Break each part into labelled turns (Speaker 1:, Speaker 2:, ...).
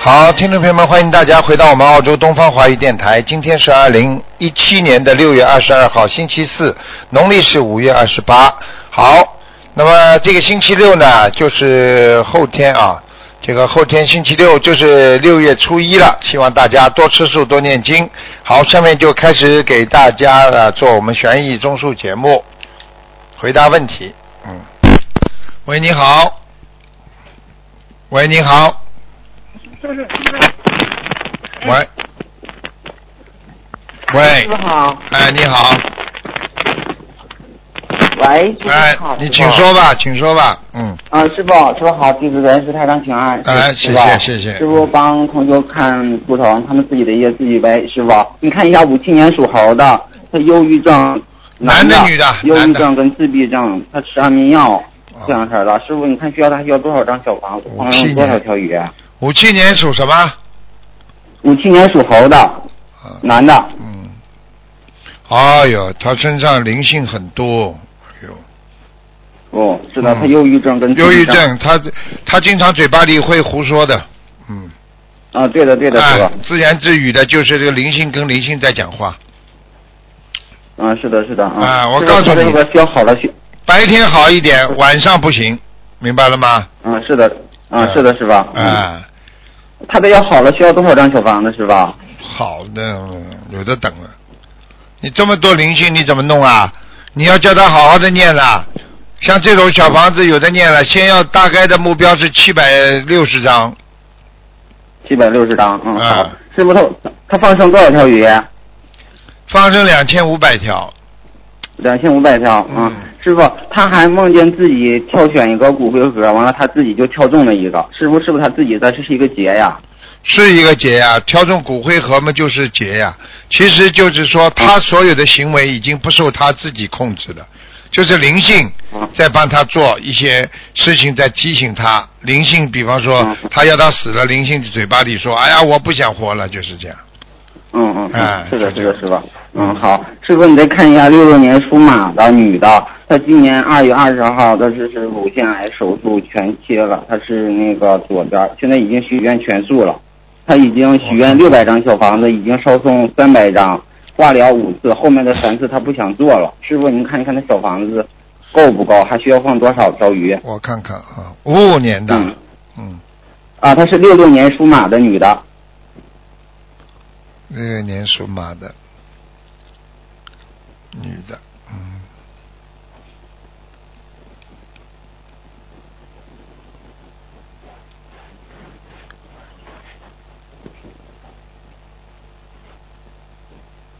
Speaker 1: 好，听众朋友们，欢迎大家回到我们澳洲东方华语电台。今天是二零一七年的六月二十二号，星期四，农历是五月二十八。好，那么这个星期六呢，就是后天啊，这个后天星期六就是六月初一了。希望大家多吃素，多念经。好，下面就开始给大家啊做我们悬疑综述节目，回答问题。嗯，喂，你好。喂，你好。喂，喂
Speaker 2: 师，傅好，
Speaker 1: 哎，你好，
Speaker 2: 喂，师
Speaker 1: 哎
Speaker 2: 傅好，，
Speaker 1: 你
Speaker 2: 师傅
Speaker 1: 请说吧，请说吧，嗯，
Speaker 2: 啊，师傅，师傅好，弟子原是台长请安。
Speaker 1: 哎谢
Speaker 2: 师傅
Speaker 1: 谢谢谢
Speaker 2: 师傅帮同学看图腾，他们自己的业自己背。师傅，你看一下五七年属猴的，他忧郁症，
Speaker 1: 男的
Speaker 2: 的
Speaker 1: 女的
Speaker 2: 忧
Speaker 1: 男
Speaker 2: 郁
Speaker 1: 的
Speaker 2: 症跟自闭症，他吃安眠药
Speaker 1: 哦
Speaker 2: 这两天了。师傅，你看需要他需要多少张小房子，放
Speaker 1: 57
Speaker 2: 生多少条鱼？
Speaker 1: 五七年属什么？
Speaker 2: 五七年属猴的，
Speaker 1: 啊
Speaker 2: 男的，
Speaker 1: 嗯，哎呦，他身上灵性很多，哎呦，
Speaker 2: 哦，是的，
Speaker 1: 嗯
Speaker 2: 他忧郁症跟自
Speaker 1: 忧
Speaker 2: 闭
Speaker 1: 郁症，他他经常嘴巴里会胡说的，嗯，
Speaker 2: 啊，对的对的，师
Speaker 1: 哎
Speaker 2: 傅，，
Speaker 1: 自言自语的，就是这个灵性跟灵性在讲话，
Speaker 2: 嗯，是的是的
Speaker 1: 啊我
Speaker 2: 师傅
Speaker 1: 告诉
Speaker 2: 他这
Speaker 1: 你
Speaker 2: 个需要好了需
Speaker 1: 白天好一点，晚上不行，明白了吗？
Speaker 2: 嗯，是的，嗯，是的，是吧？嗯，
Speaker 1: 啊。
Speaker 2: 他的要好了，需要多少张小房子是吧？
Speaker 1: 好的，有的等了。你这么多灵性，你怎么弄啊？你要叫他好好的念啦。像这种小房子有的念了，先要大概的目标是七百六十张，
Speaker 2: 七百六十张，嗯，
Speaker 1: 啊
Speaker 2: 好。师傅，他他放生多少条鱼？
Speaker 1: 放生两千五百条。
Speaker 2: 两千五百条，嗯
Speaker 1: 嗯。
Speaker 2: 师傅，他还梦见自己挑选一个骨灰盒，完了他自己就挑中了一个。师傅，是不是他自己在这是一个劫呀？
Speaker 1: 是一个劫呀、挑中骨灰盒嘛就是劫呀、其实就是说他所有的行为已经不受他自己控制了，就是灵性
Speaker 2: 嗯
Speaker 1: 在帮他做一些事情，在提醒他。灵性，比方说
Speaker 2: 嗯
Speaker 1: 他要他死了，灵性嘴巴里说：“哎呀，我不想活了。”就是这样。
Speaker 2: 嗯嗯，
Speaker 1: 哎
Speaker 2: 嗯，是的，
Speaker 1: 是
Speaker 2: 是
Speaker 1: 这
Speaker 2: 的，
Speaker 1: 样
Speaker 2: 是吧？嗯，好，师傅，你再看一下六六年属马的女的，她今年二月二十号，她是是乳腺癌手术全切了，她是那个左边，现在已经许愿全素了，她已经许
Speaker 1: 哦
Speaker 2: 愿六百张
Speaker 1: 嗯
Speaker 2: 小房子，已经烧送三百张，化疗五次，后面的三次她不想做了。师傅，您看一看她小房子够不够，还需要放多少条鱼？
Speaker 1: 我看看啊，五五年的，
Speaker 2: 嗯
Speaker 1: 嗯，
Speaker 2: 啊，她是六六年属马的女的，啊
Speaker 1: 六六年属马的，女的，嗯。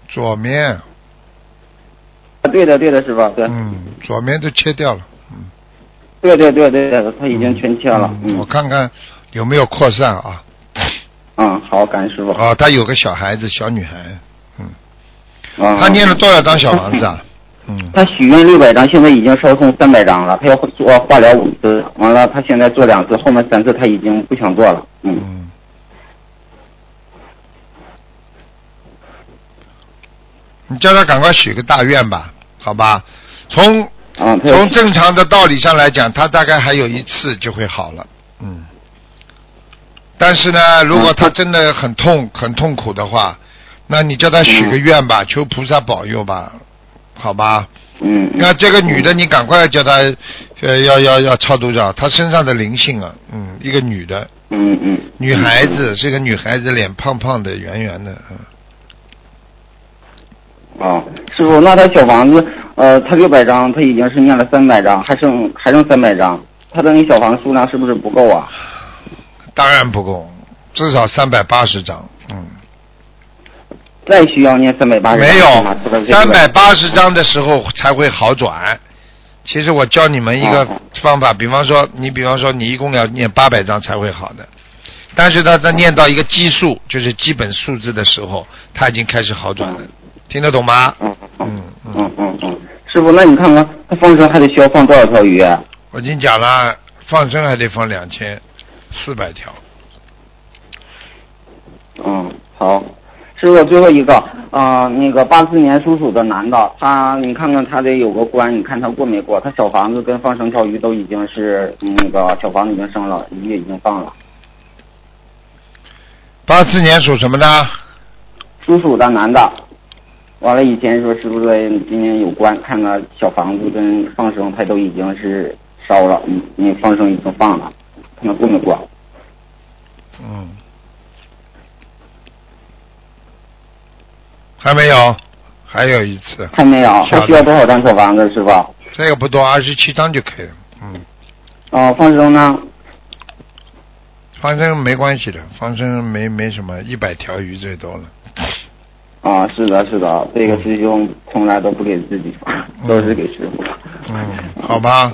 Speaker 1: 左面，
Speaker 2: 啊对的，对的，师傅，对，
Speaker 1: 嗯，左面都切掉了，嗯，
Speaker 2: 对对对对对，她已经全切了，嗯，
Speaker 1: 我看看有没有扩散啊？
Speaker 2: 嗯，好，感恩师傅。
Speaker 1: 啊，她有个小孩子，小女孩，
Speaker 2: 啊，
Speaker 1: 她念了多少张小房子啊？ 嗯，
Speaker 2: 他许愿六百张，现在已经烧送三百张了。他要做化疗五次，完了他现在做两次，后面三次他已经不想做了。嗯，
Speaker 1: 嗯，你叫他赶快许个大愿吧，好吧？从
Speaker 2: 啊，他
Speaker 1: 从正常的道理上来讲，他大概还有一次就会好了，嗯。但是呢，如果
Speaker 2: 嗯
Speaker 1: 他真的很痛、很痛苦的话，那你叫他许个愿吧，求菩萨保佑吧，好吧？
Speaker 2: 嗯，
Speaker 1: 那这个女的，你赶快叫她，呃，要要要超度掉她身上的灵性啊，嗯，一个女的，
Speaker 2: 嗯嗯，
Speaker 1: 女孩子是个女孩子，脸胖胖的，圆圆的，嗯
Speaker 2: 啊，师傅，那他小房子，呃，他六百张，他已经是念了三百张，还剩还剩三百张，他的那小房子数量是不是不够啊？
Speaker 1: 当然不够，至少三百八十张，嗯，
Speaker 2: 再需要念三百八十
Speaker 1: 没有三百
Speaker 2: 八，
Speaker 1: 八十张的时候才会好转。其实我教你们一个
Speaker 2: 哦
Speaker 1: 方法，比方说你比方说你一共要念八百张才会好的，但是他在念到一个基数，就是基本数字的时候，他已经开始好转了，听得懂吗？
Speaker 2: 嗯嗯
Speaker 1: 嗯嗯，
Speaker 2: 嗯嗯嗯，师傅，那你看看他放生还得需要放多少条鱼啊？
Speaker 1: 我已经讲了，放生还得放两千四百条。
Speaker 2: 嗯，好，师傅最后一个啊、呃那个八四年属鼠的男的，他你看看他得有个关，你看他过没过？他小房子跟放生条鱼都已经是嗯那个小房子已经生了，鱼也已经放了。
Speaker 1: 八四年属什么的？
Speaker 2: 属鼠的男的。完了，以前说是不是今年有关？看看小房子跟放生，他都已经是烧了，嗯，那放生已经放了，看他过没过？
Speaker 1: 嗯，还没有，还有一次，
Speaker 2: 还没有，还需要多少张小房子是吧？
Speaker 1: 这个不多，二十七张就可以了。嗯，
Speaker 2: 哦，放生呢？
Speaker 1: 放生没关系的，放生没没什么，一百条鱼最多了。
Speaker 2: 啊，是的，是的，这个师兄从来都不给自己发， 都是给师傅。
Speaker 1: 嗯，好吧，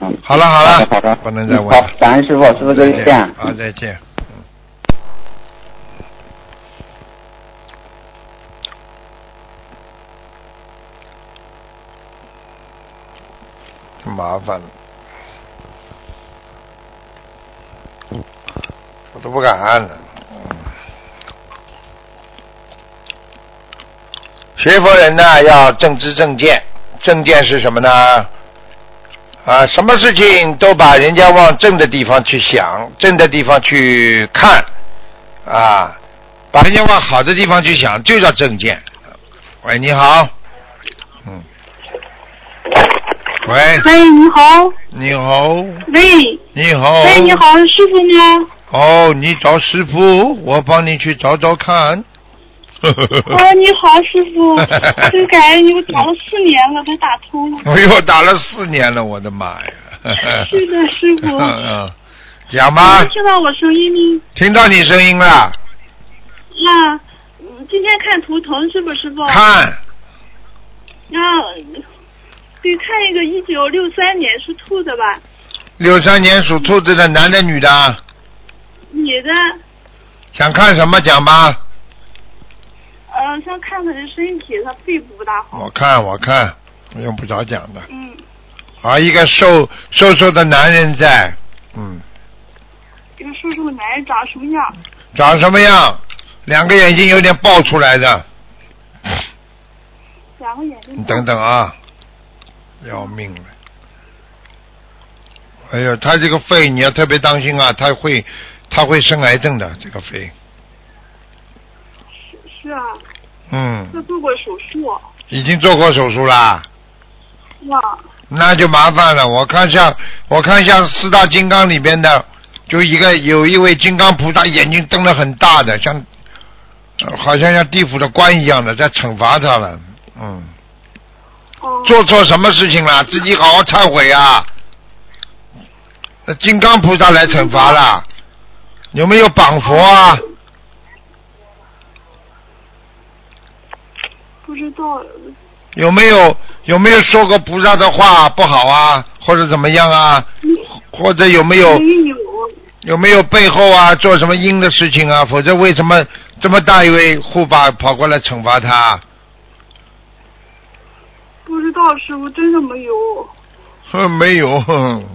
Speaker 2: 嗯，
Speaker 1: 好了好了
Speaker 2: 好的，
Speaker 1: 不能再问
Speaker 2: 好，感恩师傅，师傅再
Speaker 1: 再
Speaker 2: 见
Speaker 1: 见。好，再见。嗯太麻烦了，我都不敢按了。嗯学佛人呢，要正知正见。正见是什么呢？啊，什么事情都把人家往正的地方去想，正的地方去看，啊，把人家往好的地方去想，就叫正见。喂，你好，嗯， 喂，
Speaker 3: 喂，哎你好，
Speaker 1: 你好，
Speaker 3: 喂，
Speaker 1: 你好，
Speaker 3: 喂，你，好，师傅 呢？
Speaker 1: 哦，你找师傅，我帮你去找找看。
Speaker 3: 哦，你好，师 傅，真感恩你，我找了四年了，才打通 了。
Speaker 1: 哎呦，打了四年了，我的妈呀！
Speaker 3: 是的，嗯师 傅，
Speaker 1: 嗯嗯，讲吧
Speaker 3: 能，听到我声音吗？
Speaker 1: 听到你声音了，
Speaker 3: 那、嗯今天看图腾是不是师傅？
Speaker 1: 看
Speaker 3: 那、对，看一个一九六三年属兔的吧，
Speaker 1: 六三年属兔子的男的女的，
Speaker 3: 女的，
Speaker 1: 想看什么讲吧，
Speaker 3: 呃，想看看这身体，她肺部不大好。
Speaker 1: 我看我看，用不着讲的。
Speaker 3: 嗯，
Speaker 1: 啊，一个瘦瘦瘦的男人在，嗯，
Speaker 3: 这个瘦瘦的男人长什么样？
Speaker 1: 长什么样？两个眼睛有点爆出来的，
Speaker 3: 两个眼睛。
Speaker 1: 你等。等啊，要命了！哎呦，他这个肺你要特别当心啊，他会他会生癌症的，这个肺，
Speaker 3: 是是啊，
Speaker 1: 嗯。
Speaker 3: 她做过手术。
Speaker 1: 已经做过手术啦，
Speaker 3: 哇，
Speaker 1: 那就麻烦了。我看像我看像四大金刚里边的，就一个有一位金刚菩萨眼睛瞪得很大的，像呃好像像地府的官一样的，在惩罚他了。嗯，
Speaker 3: 哦，
Speaker 1: 做错什么事情了？自己好好忏悔啊！那金刚菩萨来惩罚了，有没有绑佛啊？
Speaker 3: 不知道，
Speaker 1: 有没有有没有说过菩萨的话不好啊，或者怎么样啊？或者有没有
Speaker 3: 没有，
Speaker 1: 有没有背后啊做什么阴的事情啊？否则为什么这么大一位护法跑过来惩罚他？
Speaker 3: 不知道师傅真的没有。
Speaker 1: 哼，没有，哼，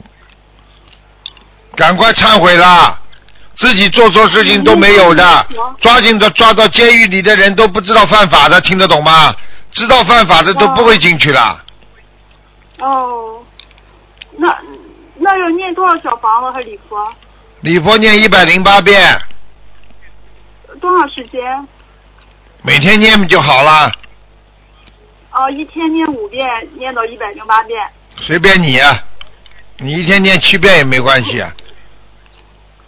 Speaker 1: 赶快忏悔啦！自己做错事情都没有的，抓紧的抓到监狱里的人都不知道犯法的，听得懂吗？知道犯法的都不会进去了。
Speaker 3: 哦，那那要念多少小房子和礼佛？
Speaker 1: 礼佛念一百零八遍，
Speaker 3: 多长时间？
Speaker 1: 每天念就好了，
Speaker 3: 啊，一天念五遍，念到一百零八遍。
Speaker 1: 随便你啊，你一天念七遍也没关系啊。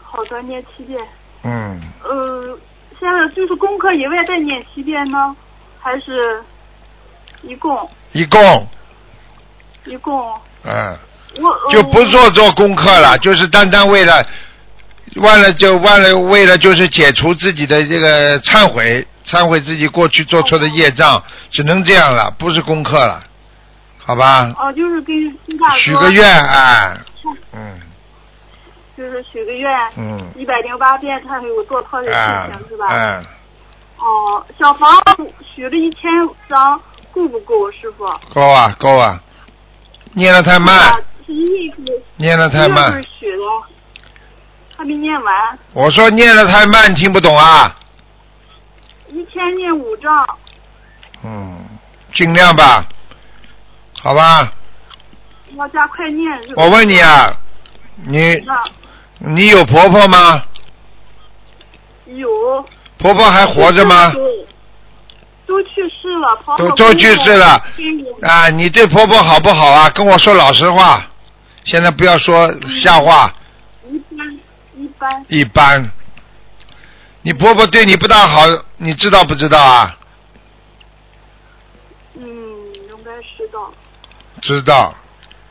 Speaker 3: 好的，念七遍。
Speaker 1: 嗯。
Speaker 3: 呃，现在就是功课以外再念七遍呢，还是一共
Speaker 1: 一共，
Speaker 3: 一共？
Speaker 1: 嗯。
Speaker 3: 我呃
Speaker 1: 就不做做功课了，就是单单为了，为了就为了为了就是解除自己的这个忏悔，忏悔自己过去做错的业障，只能这样了，不是功课了，好吧？
Speaker 3: 啊，就是跟师大
Speaker 1: 许
Speaker 3: 说
Speaker 1: 个，愿啊，嗯
Speaker 3: 就是许个愿。
Speaker 1: 嗯
Speaker 3: 一百零八遍忏悔我做错的
Speaker 1: 啊
Speaker 3: 事情是吧？
Speaker 1: 啊，
Speaker 3: 哦，小房子许了一千张，够不够，师傅？
Speaker 1: 够啊够啊，念的太慢，
Speaker 3: 啊是一月份，
Speaker 1: 念的
Speaker 3: 一
Speaker 1: 太
Speaker 3: 月份
Speaker 1: 慢，
Speaker 3: 许的，还没念完，
Speaker 1: 我说念的太慢，听不懂啊？
Speaker 3: 一天念五张。
Speaker 1: 嗯，尽量吧，好吧？
Speaker 3: 要加快念。是吧
Speaker 1: 我问你，啊，你
Speaker 3: 那
Speaker 1: 你有婆婆吗？
Speaker 3: 有有。
Speaker 1: 婆婆还活着吗？
Speaker 3: 都去世了，跑好
Speaker 1: 都都去世了
Speaker 3: 工作
Speaker 1: 啊，你对婆婆好不好啊？跟我说老实话，现在不要说瞎话，
Speaker 3: 一般一般，
Speaker 1: 一般。你婆婆对你不大好，你知道不知道啊？
Speaker 3: 嗯，应该知道。
Speaker 1: 知道。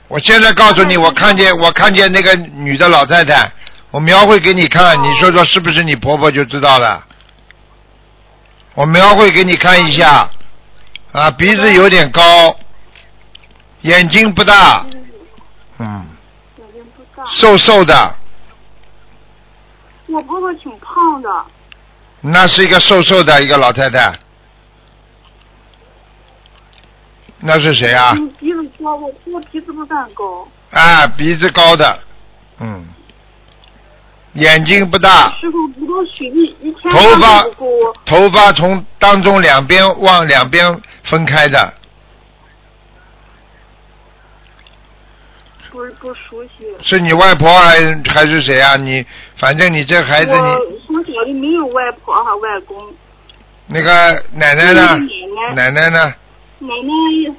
Speaker 1: 我现在告诉你，我看见我看见那个女的老太太，我描绘给你看，你说说是不是你婆婆就知道了？我描绘给你看一下，啊，鼻子有点高，眼睛不大，
Speaker 3: 嗯，
Speaker 1: 嗯，
Speaker 3: 眼睛不大。
Speaker 1: 瘦瘦的，
Speaker 3: 我婆婆挺胖的，
Speaker 1: 那是一个瘦瘦的一个老太太。那是谁啊？
Speaker 3: 嗯，鼻子高，我我鼻子不算高。
Speaker 1: 啊，鼻子高的，嗯，眼睛不大，
Speaker 3: 师傅不够许一一天
Speaker 1: 啊头
Speaker 3: 三
Speaker 1: 发
Speaker 3: 顿不够，
Speaker 1: 头发从当中两边往两边分开的，
Speaker 3: 不是不熟悉。
Speaker 1: 是你外婆还还是谁啊？你反正你这孩子你
Speaker 3: 我从小就没有外婆和外公，
Speaker 1: 那个奶奶呢？奶奶呢？
Speaker 3: 奶奶，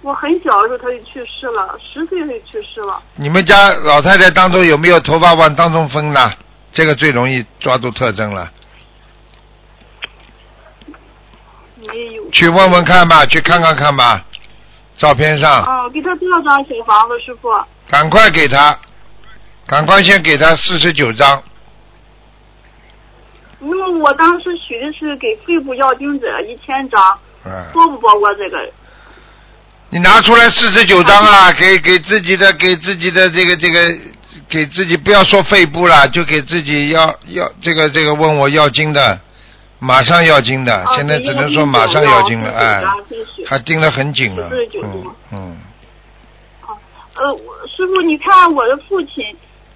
Speaker 3: 我很小的时候她就去世了，十岁她就去世了。
Speaker 1: 你们家老太太当中有没有头发往当中分的？这个最容易抓住特征了，
Speaker 3: 没有。
Speaker 1: 去问问看吧，去看看看吧，照片上，
Speaker 3: 啊，给她多少张小房子，师傅？
Speaker 1: 赶快给他，赶快先给他四十九张，
Speaker 3: 因为我当时许的是给肺部要经者一千张，
Speaker 1: 嗯。
Speaker 3: 包不包括这个？
Speaker 1: 你拿出来四十九张啊，给给自己的给自己的这个这个，给自己不要说肺部了，就给自己要要这个这个问我要经的，马上要经的，
Speaker 3: 啊
Speaker 1: 现在只能说马上要经了，哎，
Speaker 3: 给49张谢谢
Speaker 1: 还盯得很紧了，
Speaker 3: 49
Speaker 1: 嗯
Speaker 3: 张
Speaker 1: 嗯，
Speaker 3: 呃，我师傅，你看我的父亲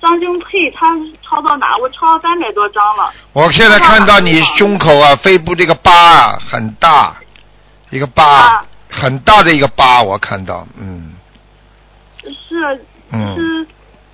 Speaker 3: 张京佩，他抄到哪？我抄三百多张了。
Speaker 1: 我现在看到你胸口啊肺部这个疤啊很大，一个疤
Speaker 3: 啊，
Speaker 1: 很大的一个疤，我看到，嗯
Speaker 3: 是
Speaker 1: 嗯
Speaker 3: 是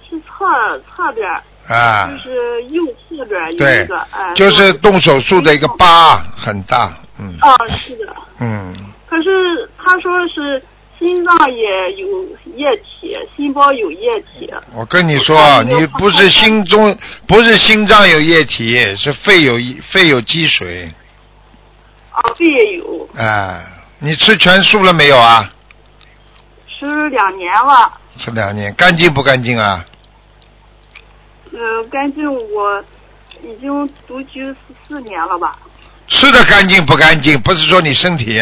Speaker 3: 是侧侧边儿，
Speaker 1: 啊，
Speaker 3: 就是右侧边儿有
Speaker 1: 对
Speaker 3: 一个，哎，
Speaker 1: 就是动手术的一个疤，很大，嗯
Speaker 3: 啊，是的。
Speaker 1: 嗯。
Speaker 3: 可是他说是心脏也有液体，心包有液体。
Speaker 1: 我跟你说啊，
Speaker 3: 我看你
Speaker 1: 你
Speaker 3: 就
Speaker 1: 不是心中不是心脏有液体，是肺有肺有积水
Speaker 3: 啊，肺也有，
Speaker 1: 啊。你吃全素了没有啊？
Speaker 3: 吃两年了。
Speaker 1: 这两年干净不干净啊？
Speaker 3: 嗯、干净我已经独居四四年了吧？
Speaker 1: 吃的干净不干净？不是说你身体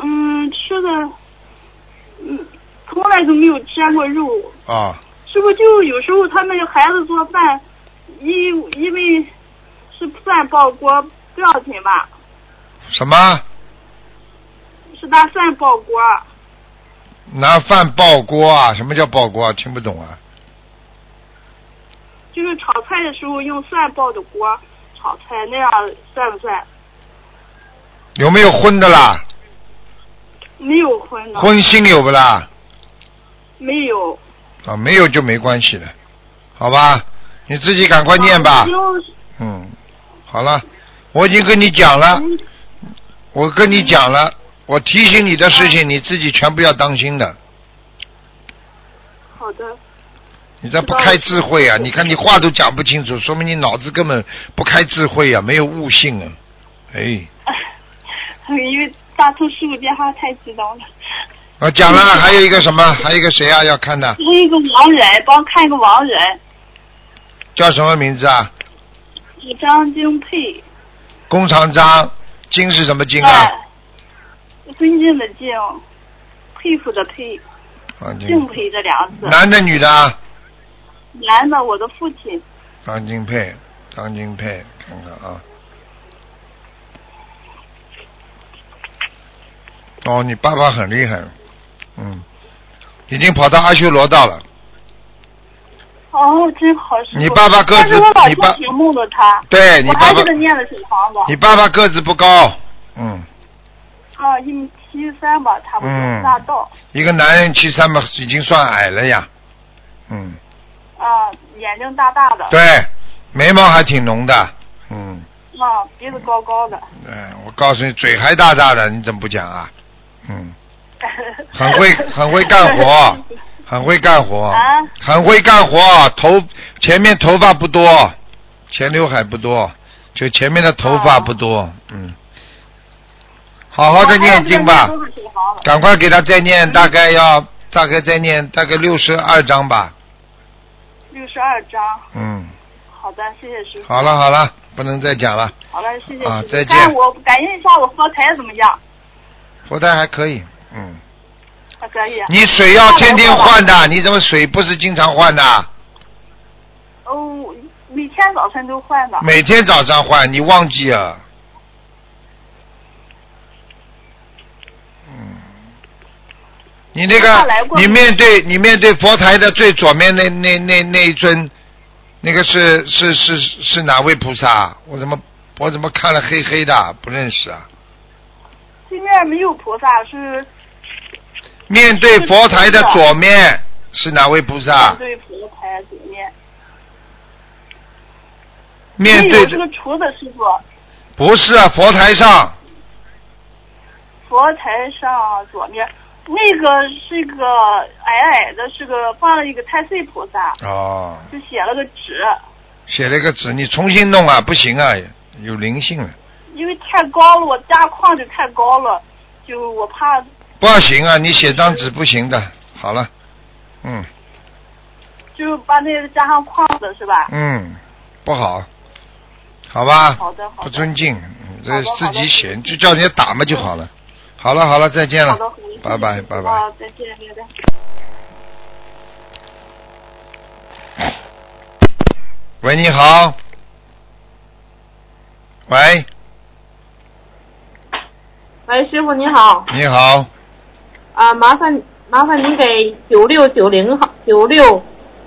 Speaker 3: 嗯，吃的，嗯，从来都没有沾过肉。
Speaker 1: 哦，
Speaker 3: 是不是就有时候他们孩子做饭，因因为是饭爆锅不要紧吧？
Speaker 1: 什么
Speaker 3: 是拿饭爆锅，
Speaker 1: 拿饭爆锅啊？什么叫爆锅啊？听不懂啊？
Speaker 3: 就是炒菜的时候用蒜爆的锅炒菜，那样算不算？
Speaker 1: 有没有荤的啦？
Speaker 3: 没有荤的，
Speaker 1: 荤腥有不啦？
Speaker 3: 没有。
Speaker 1: 啊，没有就没关系了，好吧？你自己赶快念吧。
Speaker 3: 然后
Speaker 1: 嗯，好了，我已经跟你讲了。
Speaker 3: 嗯
Speaker 1: 我跟你讲了，我提醒你的事情，你自己全部要当心的。
Speaker 3: 好的，
Speaker 1: 你这不开智慧啊！你看你话都讲不清楚，说明你脑子根本不开智慧啊，没有悟性啊！哎，
Speaker 3: 因为打通师傅电话太激动了。
Speaker 1: 我啊讲了，还有一个什么？还有一个谁啊？要看的
Speaker 3: 嗯还有一个亡人，帮看一个亡人，
Speaker 1: 叫什么名字啊？
Speaker 3: 张京佩，
Speaker 1: 弓长张，金是什么金啊？
Speaker 3: 哎，尊敬的敬，佩服的佩，
Speaker 1: 啊，金
Speaker 3: 敬佩这两个字。
Speaker 1: 男的女的啊？
Speaker 3: 男的，我的父亲，
Speaker 1: 张金佩，张金佩，看看啊。哦，你爸爸很厉害，嗯，已经跑到阿修罗道了。
Speaker 3: 哦，真好师傅。
Speaker 1: 你爸爸个子
Speaker 3: 但是我老
Speaker 1: 你爸
Speaker 3: 公挺梦着他，
Speaker 1: 对你
Speaker 3: 我
Speaker 1: 爸
Speaker 3: 还
Speaker 1: 爸
Speaker 3: 给，他念了小房子，
Speaker 1: 你爸爸个子不高，嗯，
Speaker 3: 啊，一米七三吧，差不多，
Speaker 1: 嗯
Speaker 3: 大到，
Speaker 1: 一个男人七三嘛，已经算矮了呀，嗯，
Speaker 3: 啊，眼睛大大的，
Speaker 1: 对，眉毛还挺浓的，嗯，
Speaker 3: 啊，鼻子高高的。
Speaker 1: 对，我告诉你，嘴还大大的，你怎么不讲啊？嗯，很 会很会干活，很会干活
Speaker 3: 啊，
Speaker 1: 很会干活，头前面头发不多，前刘海不多，就前面的头发不多，嗯，好好的念经 吧。
Speaker 3: 都是挺好的。
Speaker 1: 赶快给他再念，大概要大概再念大概六十二章吧。
Speaker 3: 六十二章，
Speaker 1: 嗯，
Speaker 3: 好的，谢谢师傅。
Speaker 1: 好了好了，不能再讲了。
Speaker 3: 好了，谢谢师傅。
Speaker 1: 啊再见
Speaker 3: 看我感应一下我佛台怎么样？
Speaker 1: 佛台还可以，嗯。
Speaker 3: 还可以。
Speaker 1: 你水要天天换的，你怎么水不是经常换的？
Speaker 3: 哦，每天早晨都换的。
Speaker 1: 每天早上换，你忘记啊了？嗯，你那
Speaker 3: 他
Speaker 1: 个
Speaker 3: 来，过
Speaker 1: 你面对你面对佛台的最左面那那那那一尊，那个是是是是哪位菩萨？我怎么我怎么看了黑黑的不认识啊？
Speaker 3: 对面没有菩萨，是
Speaker 1: 面对佛台的左面是哪位菩萨
Speaker 3: 面？对佛台对面。
Speaker 1: 面对
Speaker 3: 这
Speaker 1: 的
Speaker 3: 个厨子师傅，
Speaker 1: 不是啊，佛台上
Speaker 3: 佛台上左面那个是个矮矮的，是个放了一个太岁菩萨，
Speaker 1: 哦，
Speaker 3: 就写了个纸，
Speaker 1: 写了一个纸，你重新弄啊，不行啊，有灵性了。
Speaker 3: 因为太高了，我家框就太高了，就我怕
Speaker 1: 不行啊，你写张纸不行的。好了，嗯
Speaker 3: 就把那个加上框子是吧？
Speaker 1: 嗯，不好，好吧，
Speaker 3: 好的，好
Speaker 1: 不
Speaker 3: 的，
Speaker 1: 尊敬，嗯
Speaker 3: 好的
Speaker 1: 这自
Speaker 3: 好
Speaker 1: 己
Speaker 3: 的
Speaker 1: 写，你就叫人家打嘛就好了。好了好了，再见
Speaker 3: 好
Speaker 1: 了
Speaker 3: 的，，
Speaker 1: 拜拜拜拜。
Speaker 3: 好，再见，拜拜。
Speaker 1: 喂，你好。喂，
Speaker 4: 喂，哎师傅你好，
Speaker 1: 你好，
Speaker 4: 啊，麻烦麻烦您给九六九零号九六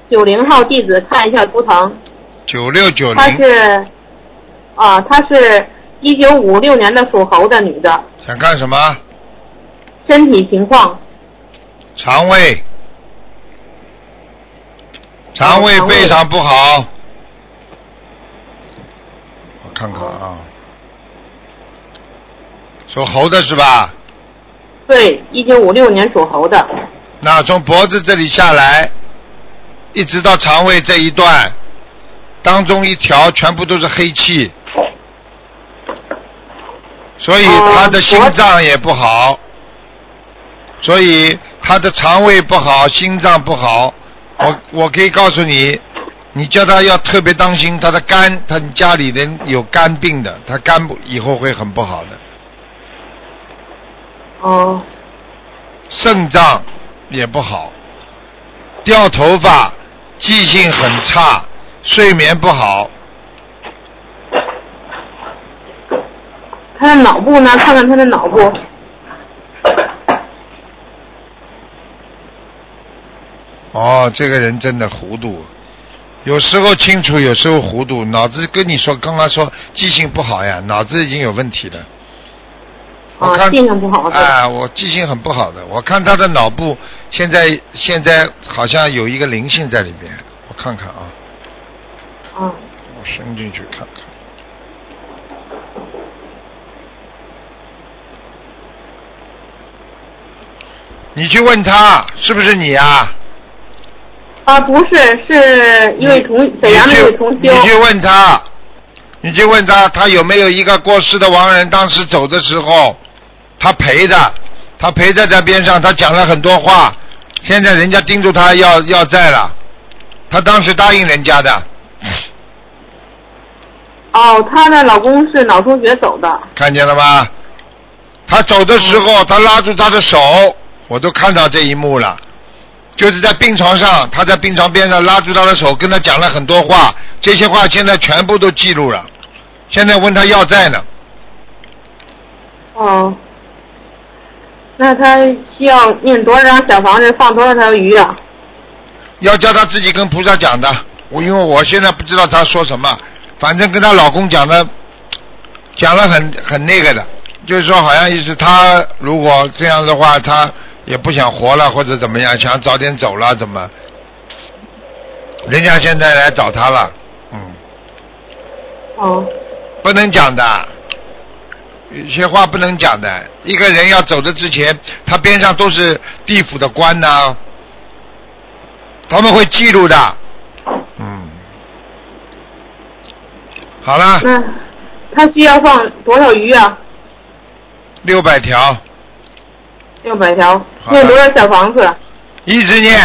Speaker 4: 九零号弟子看一下图腾，
Speaker 1: 九六九
Speaker 4: 她
Speaker 1: 零，
Speaker 4: 是，啊，她是一九五六年的属猴的女的，
Speaker 1: 想干什么？
Speaker 4: 身体情况，
Speaker 1: 肠胃，肠胃
Speaker 4: 肠胃
Speaker 1: 非常不好。我看看啊，属猴的是吧？
Speaker 4: 对，一九五六年属猴的，
Speaker 1: 那从脖子这里下来，一直到肠胃这一段，当中一条全部都是黑气，所以他的心脏也不好，所以他的肠胃不好，心脏不好。我我可以告诉你，你叫他要特别当心他的肝，他家里人有肝病的，他肝不以后会很不好的，
Speaker 4: 哦、
Speaker 1: 肾脏也不好，掉头发，记性很差，睡眠不好，
Speaker 4: 她的脑部呢？看看她的脑部，
Speaker 1: 哦，这个人真的糊涂，有时候清楚，有时候糊涂，脑子跟你说，刚刚说记性不好呀，脑子已经有问题了。我
Speaker 4: 啊，
Speaker 1: 看
Speaker 4: 记性不好，对吧
Speaker 1: 啊，我记性很不好的，我看他的脑部现在现在好像有一个灵性在里边，我看看啊，
Speaker 4: 嗯，
Speaker 1: 我伸进去看看。你去问他是不是你啊？
Speaker 4: 啊，不是，是一位同沈阳的一位同
Speaker 1: 你去你去
Speaker 4: 修，
Speaker 1: 问他，你去问他，他有没有一个过世的亡人，当时走的时候，他陪着，他陪在他边上，他讲了很多话，现在人家盯住他要要债了，他当时答应人家的，
Speaker 4: 哦，她的老公是脑出血走的，
Speaker 1: 看见了吗？他走的时候，他拉住他的手，我都看到这一幕了。就是在病床上，他在病床边上拉住他的手，跟他讲了很多话，这些话现在全部都记录了。现在问他要债呢，
Speaker 4: 哦，那他需要念多少张小房子，放多少条鱼啊？
Speaker 1: 要叫他自己跟菩萨讲的。我因为我现在不知道他说什么，反正跟她老公讲的，讲了很很那个的，就是说好像意思她如果这样的话，她也不想活了或者怎么样，想早点走了怎么？人家现在来找她了，嗯，
Speaker 4: 哦，
Speaker 1: 不能讲的，有些话不能讲的。一个人要走的之前，他边上都是地府的官呐、他们会记录的。嗯，好了，
Speaker 4: 那他需要放多少鱼啊？
Speaker 1: 六百条，
Speaker 4: 六百条
Speaker 1: 好，的
Speaker 4: 念多少小房子？
Speaker 1: 一直念。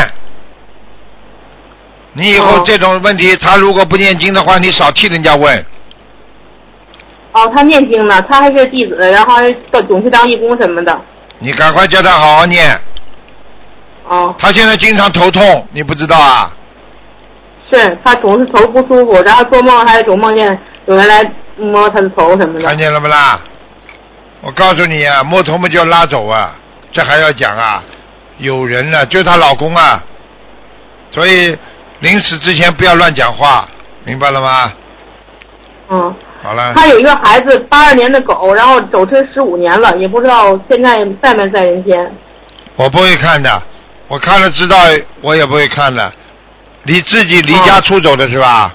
Speaker 1: 你以后
Speaker 4: 哦
Speaker 1: 这种问题，他如果不念经的话，你少替人家问。
Speaker 4: 哦，他念经呢，他还是弟子，然后还总去当义工什么的。
Speaker 1: 你赶快叫他好好念，
Speaker 4: 哦，
Speaker 1: 他现在经常头痛，你不知道啊？
Speaker 4: 是他总是头不舒服，然后做梦还总梦见有人来摸他的头什么
Speaker 1: 看
Speaker 4: 的。
Speaker 1: 见了不啦？我告诉你啊，摸头嘛就拉走啊，这还要讲啊？有人啊，就是她老公啊，所以临死之前不要乱讲话，明白了吗？
Speaker 4: 嗯，
Speaker 1: 好了，
Speaker 4: 他有一个孩子，八二年的狗，然后走失十五年了，也不知道现在在没在人间。
Speaker 1: 我不会看的，我看了知道，我也不会看的。你自己离家
Speaker 4: 哦
Speaker 1: 出走的是吧？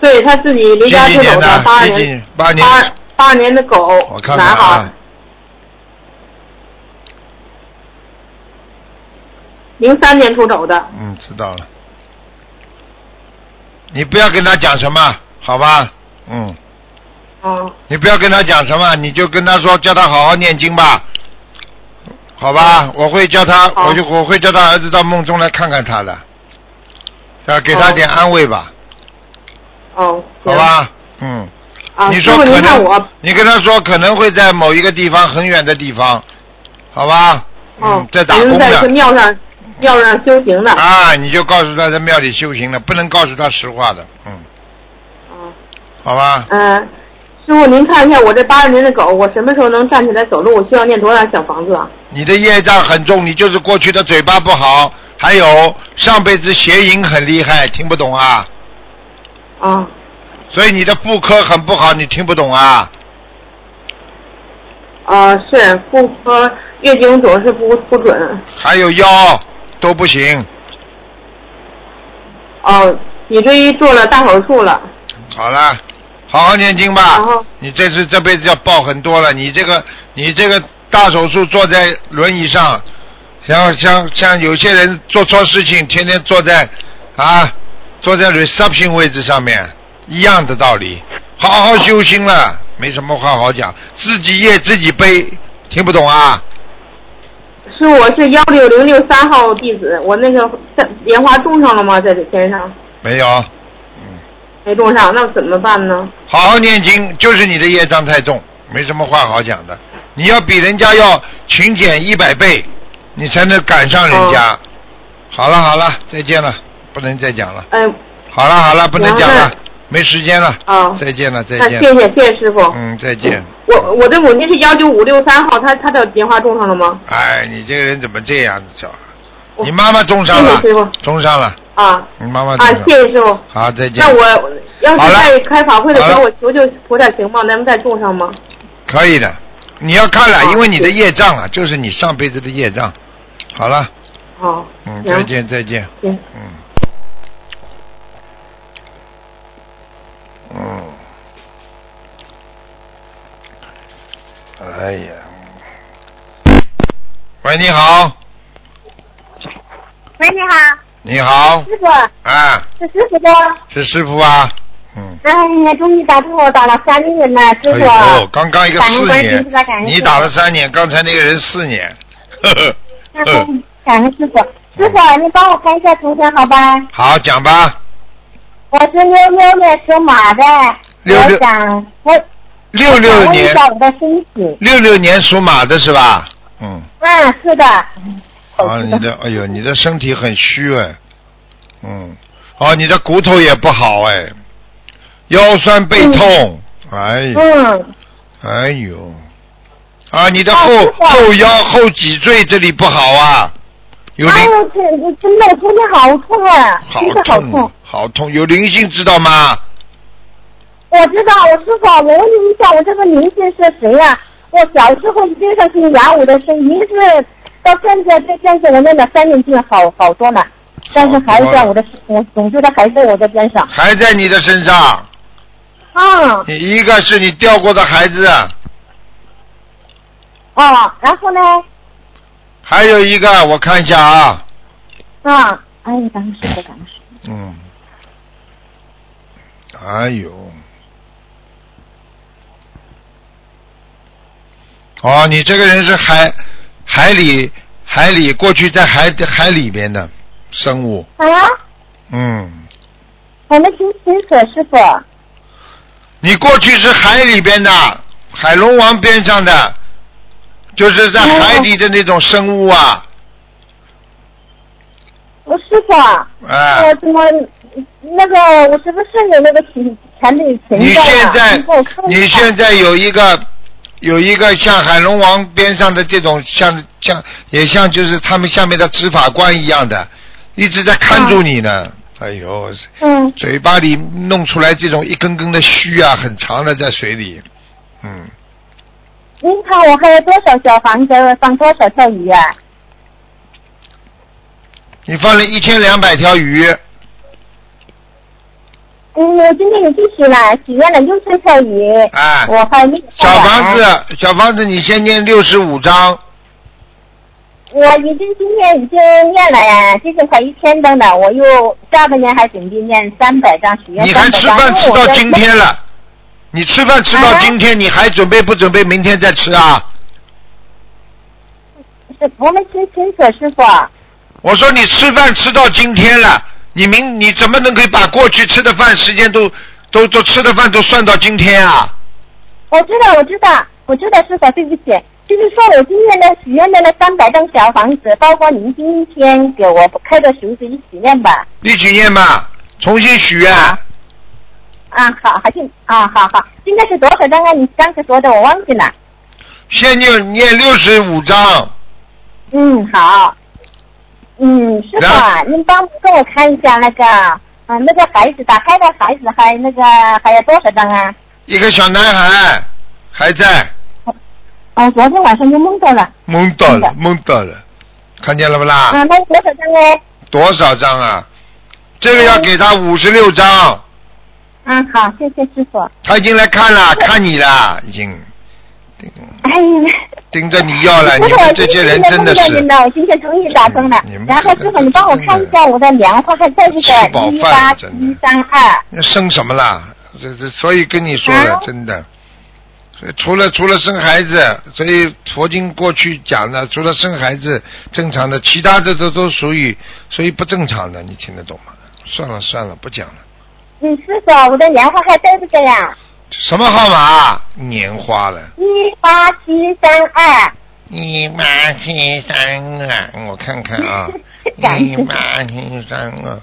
Speaker 4: 对他自己离
Speaker 1: 几
Speaker 4: 家
Speaker 1: 几
Speaker 4: 出
Speaker 1: 年
Speaker 4: 走
Speaker 1: 的
Speaker 4: 的，？八二
Speaker 1: 几几
Speaker 4: 年
Speaker 1: 八年？
Speaker 4: 八八二年的狗
Speaker 1: 我看看
Speaker 4: 男
Speaker 1: 啊
Speaker 4: 孩，，零三年出走的。
Speaker 1: 嗯，知道了。你不要跟他讲什么，好吧？嗯。
Speaker 4: 嗯，
Speaker 1: 你不要跟他讲什么，你就跟他说，叫他好好念经吧，好吧？我会叫他，
Speaker 4: 嗯好
Speaker 1: 我就我会叫他儿子到梦中来看看他的，啊，给他
Speaker 4: 好
Speaker 1: 点安慰吧，
Speaker 4: 哦，
Speaker 1: 好
Speaker 4: 行。
Speaker 1: 吧？嗯，
Speaker 4: 啊，
Speaker 1: 你
Speaker 4: 师
Speaker 1: 说
Speaker 4: 傅，
Speaker 1: 可
Speaker 4: 您看
Speaker 1: 能
Speaker 4: 我，
Speaker 1: 你跟他说可能会在某一个地方很远的地方，好吧？
Speaker 4: 哦
Speaker 1: 嗯，，在打
Speaker 4: 您
Speaker 1: 工
Speaker 4: 在这
Speaker 1: 的
Speaker 4: 庙上庙上修行的。
Speaker 1: 啊，你就告诉他在庙里修行了，不能告诉他实话的，嗯，
Speaker 4: 嗯
Speaker 1: 好吧？
Speaker 4: 嗯，师傅，您看一下我这八十年的狗，我什么时候能站起来走路？我需要念多少小房子啊？
Speaker 1: 你的业障很重，你就是过去的嘴巴不好，还有上辈子邪淫很厉害，听不懂啊？
Speaker 4: 啊，
Speaker 1: 所以你的妇科很不好，你听不懂啊？
Speaker 4: 呃，是妇科月经总是不不准，
Speaker 1: 还有腰都不行。
Speaker 4: 哦、脊椎做了大手术了，
Speaker 1: 好了，好好念经
Speaker 4: 然
Speaker 1: 吧
Speaker 4: 后。
Speaker 1: 你这次这辈子要报很多了。你这个你这个大手术坐在轮椅上，像像像有些人做错事情，天天坐在啊坐在 reception 位置上面，一样的道理。好好修心了，没什么话好讲，自己业自己背，听不懂啊？
Speaker 4: 是我是幺六零六三号弟子，我那个在莲花种上了吗？在这天上
Speaker 1: 没有，
Speaker 4: 没种上，那怎么办呢？
Speaker 1: 好好念经，就是你的业障太重，没什么话好讲的。你要比人家要勤俭一百倍，你才能赶上人家。
Speaker 4: 哦
Speaker 1: 好了好了，再见了，不能再讲了。
Speaker 4: 哎，
Speaker 1: 好了好了，不能讲了
Speaker 4: 行那，
Speaker 1: 没时间了。
Speaker 4: 哦
Speaker 1: 再见了再
Speaker 4: 那
Speaker 1: 见
Speaker 4: 谢
Speaker 1: 了。
Speaker 4: 谢谢谢师傅，
Speaker 1: 嗯，再见。
Speaker 4: 我我的母亲是幺九五六三号，她她的莲花种上了吗？
Speaker 1: 哎，你这个人怎么这样子小孩？
Speaker 4: 我
Speaker 1: 你妈妈中伤了
Speaker 4: 谢谢师傅，
Speaker 1: 中伤了，
Speaker 4: 啊
Speaker 1: 你妈妈
Speaker 4: 啊
Speaker 1: 中伤，
Speaker 4: 谢。谢师傅。
Speaker 1: 好，再见。
Speaker 4: 那我要
Speaker 1: 好
Speaker 4: 是
Speaker 1: 了
Speaker 4: 在开法会的时
Speaker 1: 好
Speaker 4: 候，
Speaker 1: 了
Speaker 4: 我求求菩萨行吗？咱们再种上吗？
Speaker 1: 可以的，你要看了，
Speaker 4: 好
Speaker 1: 因为你的
Speaker 4: 谢谢
Speaker 1: 业障啊，就是你上辈子的业障。好了，
Speaker 4: 哦，
Speaker 1: 嗯，
Speaker 4: 行
Speaker 1: 再见再见。
Speaker 4: 行，
Speaker 1: 嗯，嗯，哎呀，喂，你好，
Speaker 5: 喂，你好，
Speaker 1: 你好，
Speaker 5: 师傅，
Speaker 1: 啊，
Speaker 5: 是师傅的。
Speaker 1: 是师傅啊，嗯，
Speaker 5: 哎呀，终于打通我打了三年了，师傅。
Speaker 1: 哎呦，刚刚一个
Speaker 5: 感
Speaker 1: 四
Speaker 5: 恩观世音
Speaker 1: 年
Speaker 5: 菩萨感，恩
Speaker 1: 你
Speaker 5: 师傅
Speaker 1: 打了三年，刚才那个人四年，呵呵，嗯，
Speaker 5: 感恩师傅，师傅，你帮我看一下图腾好吧？
Speaker 1: 好，讲吧，
Speaker 5: 我是六六年属马的，
Speaker 1: 六六
Speaker 5: 我想我
Speaker 1: 六六
Speaker 5: 想问一
Speaker 1: 年，
Speaker 5: 下我的身体。
Speaker 1: 六六年属马的是吧？嗯。
Speaker 5: 嗯，是的。
Speaker 1: 啊，你的，哎呦，你的身体很虚哎，嗯，哦，你的骨头也不好哎，腰酸背痛，哎呦，
Speaker 5: 嗯，
Speaker 1: 哎呦，啊，你的
Speaker 5: 啊
Speaker 1: 后
Speaker 5: 师傅
Speaker 1: 后腰后脊椎这里不好啊，有灵
Speaker 5: 哎，呦，这我真的，我今天好痛啊，
Speaker 1: 好
Speaker 5: 真的好
Speaker 1: 痛
Speaker 5: 痛。，
Speaker 1: 好痛，有灵性知道吗？
Speaker 5: 我知道，我师傅，我问你一下，我这个灵性是谁呀、我小时候经常听雅舞的声音，是到现在这现在我练了三年经，好好多了，但是还在我的，我总觉得还在我的边上。
Speaker 1: 还在你的身上，
Speaker 5: 嗯，
Speaker 1: 你一个是你掉过的孩子，
Speaker 5: 哦，然后呢？
Speaker 1: 还有一个我看一下啊，
Speaker 5: 嗯，哎呀，赶快说吧，赶快说。
Speaker 1: 嗯，哎呦，哦，你这个人是海海里海里过去在海海里边的生物，
Speaker 5: 啊，
Speaker 1: 嗯，
Speaker 5: 我没听清楚，师傅。
Speaker 1: 你过去是海里边的海龙王边上的，就是在海底的那种生物啊，
Speaker 5: 我师傅啊，
Speaker 1: 哎、
Speaker 5: 我怎么那个我是不是有那个情前列腺
Speaker 1: 你现在
Speaker 5: 你给我看一
Speaker 1: 你
Speaker 5: 下
Speaker 1: 现在有一个有一个像海龙王边上的这种像像也像就是他们下面的执法官一样的，一直在看住你呢。哎呦，
Speaker 5: 嗯，
Speaker 1: 嘴巴里弄出来这种一根根的须啊，很长的在水里。嗯，
Speaker 5: 您看我还有多少小房子放多少条鱼啊？
Speaker 1: 你放了一千两百条鱼，
Speaker 5: 嗯，我今天已经许了许愿了六千条鱼，
Speaker 1: 哎，
Speaker 5: 我还没有
Speaker 1: 小
Speaker 5: 看完
Speaker 1: 房，子小房子，你先念六十五章，
Speaker 5: 我已经今天已经念了呀，接近快一千张了，我又下半年还准备念三百张许愿
Speaker 1: 你还
Speaker 5: 三百
Speaker 1: 吃
Speaker 5: 张，
Speaker 1: 饭吃
Speaker 5: 因为
Speaker 1: 到
Speaker 5: 我觉得
Speaker 1: 今天了，你吃饭吃到
Speaker 5: 啊
Speaker 1: 今天，你还准备不准备明天再吃啊？
Speaker 5: 是我没听清楚，师傅。
Speaker 1: 我说你吃饭吃到今天了，你明你怎么能可以把过去吃的饭时间都都都吃的饭都算到今天啊？
Speaker 5: 我知道，我知道，我知道，师傅，对不起，就是说我今天的许愿的那三百张小房子，包括您今天给我开的数字一许愿吧。
Speaker 1: 你许愿嘛，重新许愿。
Speaker 5: 啊，好，还是啊，好好，今天是多少张啊？你刚才说的我忘记了。
Speaker 1: 先念念六十五章，
Speaker 5: 嗯，好。嗯，师傅啊，您帮跟我看一下那个，啊，那个孩子打开的孩子还那个还有多少张啊？
Speaker 1: 一个小男孩还在，
Speaker 5: 啊，昨天晚上就梦到了。
Speaker 1: 懵到
Speaker 5: 真的
Speaker 1: 了，懵到了，看见了不啦？
Speaker 5: 啊，那多少张呢？
Speaker 1: 多少章啊？这个要给他
Speaker 5: 嗯
Speaker 1: 五十六章，
Speaker 5: 啊，好，谢谢师傅。
Speaker 1: 他已经来看
Speaker 5: 嗯
Speaker 1: 了，看你了，已经
Speaker 5: 哎呀。
Speaker 1: 盯着你要了，
Speaker 5: 不
Speaker 1: 你
Speaker 5: 是我
Speaker 1: 们这
Speaker 5: 今
Speaker 1: 些人真
Speaker 5: 天
Speaker 1: 的
Speaker 5: 梦到
Speaker 1: 是嗯
Speaker 5: 您。了，我今天终于打通了
Speaker 1: 你们。
Speaker 5: 然后师傅，你帮我看一下我的莲花还在不
Speaker 1: 吃饱
Speaker 5: 在？一八
Speaker 1: 饭真的
Speaker 5: 一三二。
Speaker 1: 那生什么啦？这这，所以跟你说了
Speaker 5: 啊，
Speaker 1: 真的，所以除了除了生孩子，所以佛经过去讲了，除了生孩子正常的，其他的都都属于属于不正常的，你听得懂吗？算了算了，不讲了。
Speaker 5: 嗯，师傅，我的莲花还在不在呀？
Speaker 1: 什么号码啊？年花了，
Speaker 5: 一八七三二。，
Speaker 1: 一八七三啊，我看看啊
Speaker 5: 感
Speaker 1: 一
Speaker 5: 觉
Speaker 1: 八七三啊。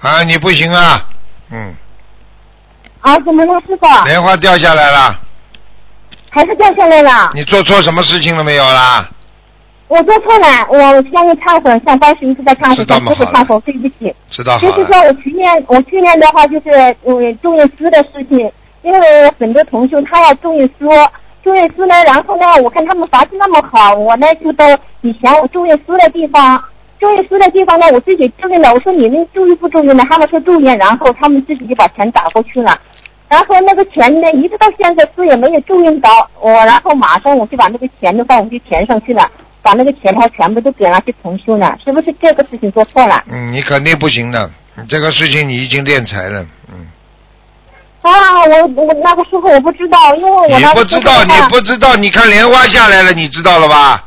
Speaker 1: 啊，你不行啊，嗯，
Speaker 5: 啊，怎么了，师傅？
Speaker 1: 莲花掉下来了，
Speaker 5: 还是掉下来了？
Speaker 1: 你做错什么事情了没有啦？
Speaker 5: 我做错了，我向你忏悔，向当时一直在忏悔，
Speaker 1: 知道
Speaker 5: 向
Speaker 1: 吗
Speaker 5: 师傅忏悔，对不起。
Speaker 1: 知道好
Speaker 5: 就是
Speaker 1: 了
Speaker 5: 说，我去年我去年的话，就是嗯种运输的事情，因为很多同学他要种运输，种运输呢，然后呢，我看他们发迹那么好，我呢就到以前我种运输的地方，种运输的地方呢，我自己种运了，我说你们注意不注意呢？他们说注意，然后他们自己就把钱打过去了。然后那个钱呢，一直到现在是也没有注意到我，然后马上我就把那个钱都到我就填上去了，把那个钱还全部都给那些同修了，是不是这个事情做错了？
Speaker 1: 嗯，你肯定不行的，你这个事情你已经练财了，嗯。
Speaker 5: 啊，我我那个时候我不知道，因为我
Speaker 1: 你
Speaker 5: 那个
Speaker 1: 不
Speaker 5: 时
Speaker 1: 知
Speaker 5: 候
Speaker 1: 道，
Speaker 5: 的
Speaker 1: 你
Speaker 5: 话
Speaker 1: 不知道，你看莲花下来了，你知道了吧？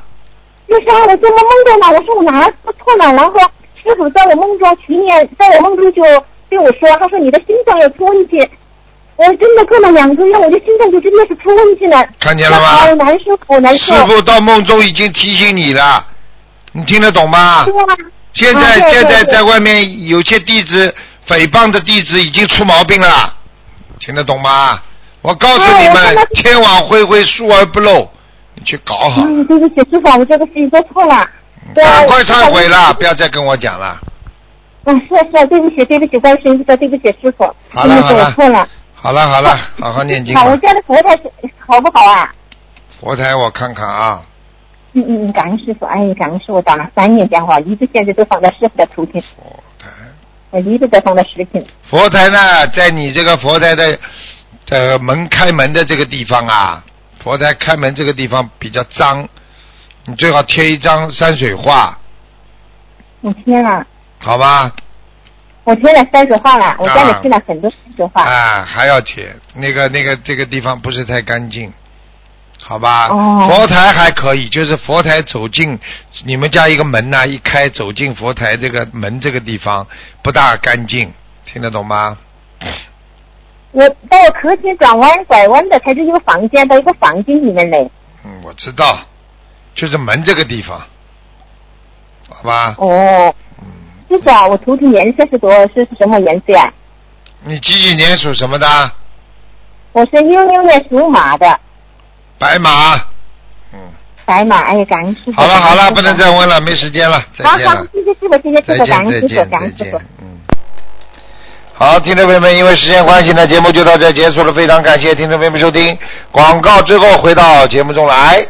Speaker 5: 那时候我做梦梦见了，我说我哪儿做错了，然后师傅在我梦中去年在我梦中就对我说，他说你的心脏有出问题，我真的过了两个月，我的心脏就真的是出问题了，
Speaker 1: 看见了吗
Speaker 5: 好难受，好难受
Speaker 1: 师，傅到梦中已经提醒你了，你听得懂吗
Speaker 5: 对？啊，
Speaker 1: 现在、
Speaker 5: 啊对
Speaker 1: 现在
Speaker 5: 对对
Speaker 1: 在外面有些弟子诽谤的弟子已经出毛病了，听得懂吗？我告诉你
Speaker 5: 哎我
Speaker 1: 们
Speaker 5: 看到，
Speaker 1: 天网恢恢，疏而不漏，你去搞好了，
Speaker 5: 嗯，对不起，师傅，我这个事情做错了，对啊
Speaker 1: 赶快
Speaker 5: 我知道
Speaker 1: 忏悔了，不要再跟我讲了。
Speaker 5: 嗯，是是，对不起，对不起，关心说对不起，师傅，
Speaker 1: 好了
Speaker 5: 真
Speaker 1: 好
Speaker 5: 的是
Speaker 1: 了
Speaker 5: 我错了，
Speaker 1: 好了好了，好好念经吧
Speaker 5: 好，我。家的佛台是好不好啊？
Speaker 1: 佛台我看看啊，
Speaker 5: 嗯嗯嗯，感恩师傅，哎，感恩师傅打了三年电话，一直现在都放在师傅的图片，
Speaker 1: 佛台，
Speaker 5: 我一直在放在食品。
Speaker 1: 佛台呢，在你这个佛台的呃门开门的这个地方啊，佛台开门这个地方比较脏，你最好贴一张山水画，
Speaker 5: 我贴了，
Speaker 1: 好吧？
Speaker 5: 啊我贴了山水画了，我家里贴了很多山水画。
Speaker 1: 啊，还要贴那个那个这个地方不是太干净，好吧？
Speaker 5: 哦
Speaker 1: 佛台还可以，就是佛台走进你们家一个门呐、一开走进佛台这个门这个地方不大干净，听得懂吗？
Speaker 5: 我到我可以转弯拐弯的，才是一个房间，到一个房间里面来。
Speaker 1: 嗯，我知道，就是门这个地方，好吧？
Speaker 5: 哦，
Speaker 1: 嗯，
Speaker 5: 师傅啊，我图腾颜色是多是是什么颜色呀、
Speaker 1: 你几几年属什么的？
Speaker 5: 我是六六年属马的，
Speaker 1: 白马。嗯，
Speaker 5: 白马。哎呀，感恩师傅。
Speaker 1: 好了好了，不能
Speaker 5: 再。
Speaker 1: 再问了，没时间了，再
Speaker 5: 好
Speaker 1: 见
Speaker 5: 好
Speaker 1: 了，。
Speaker 5: 谢谢师傅，谢谢
Speaker 1: 再
Speaker 5: 师傅，
Speaker 1: 见
Speaker 5: 感恩
Speaker 1: 再
Speaker 5: 师傅，
Speaker 1: 见
Speaker 5: 感
Speaker 1: 再
Speaker 5: 恩师傅
Speaker 1: 见。，嗯。好，听众朋友们，因为时间关系呢，节目就到这儿结束了。非常感谢听众朋友们收听，广告之后回到节目中来。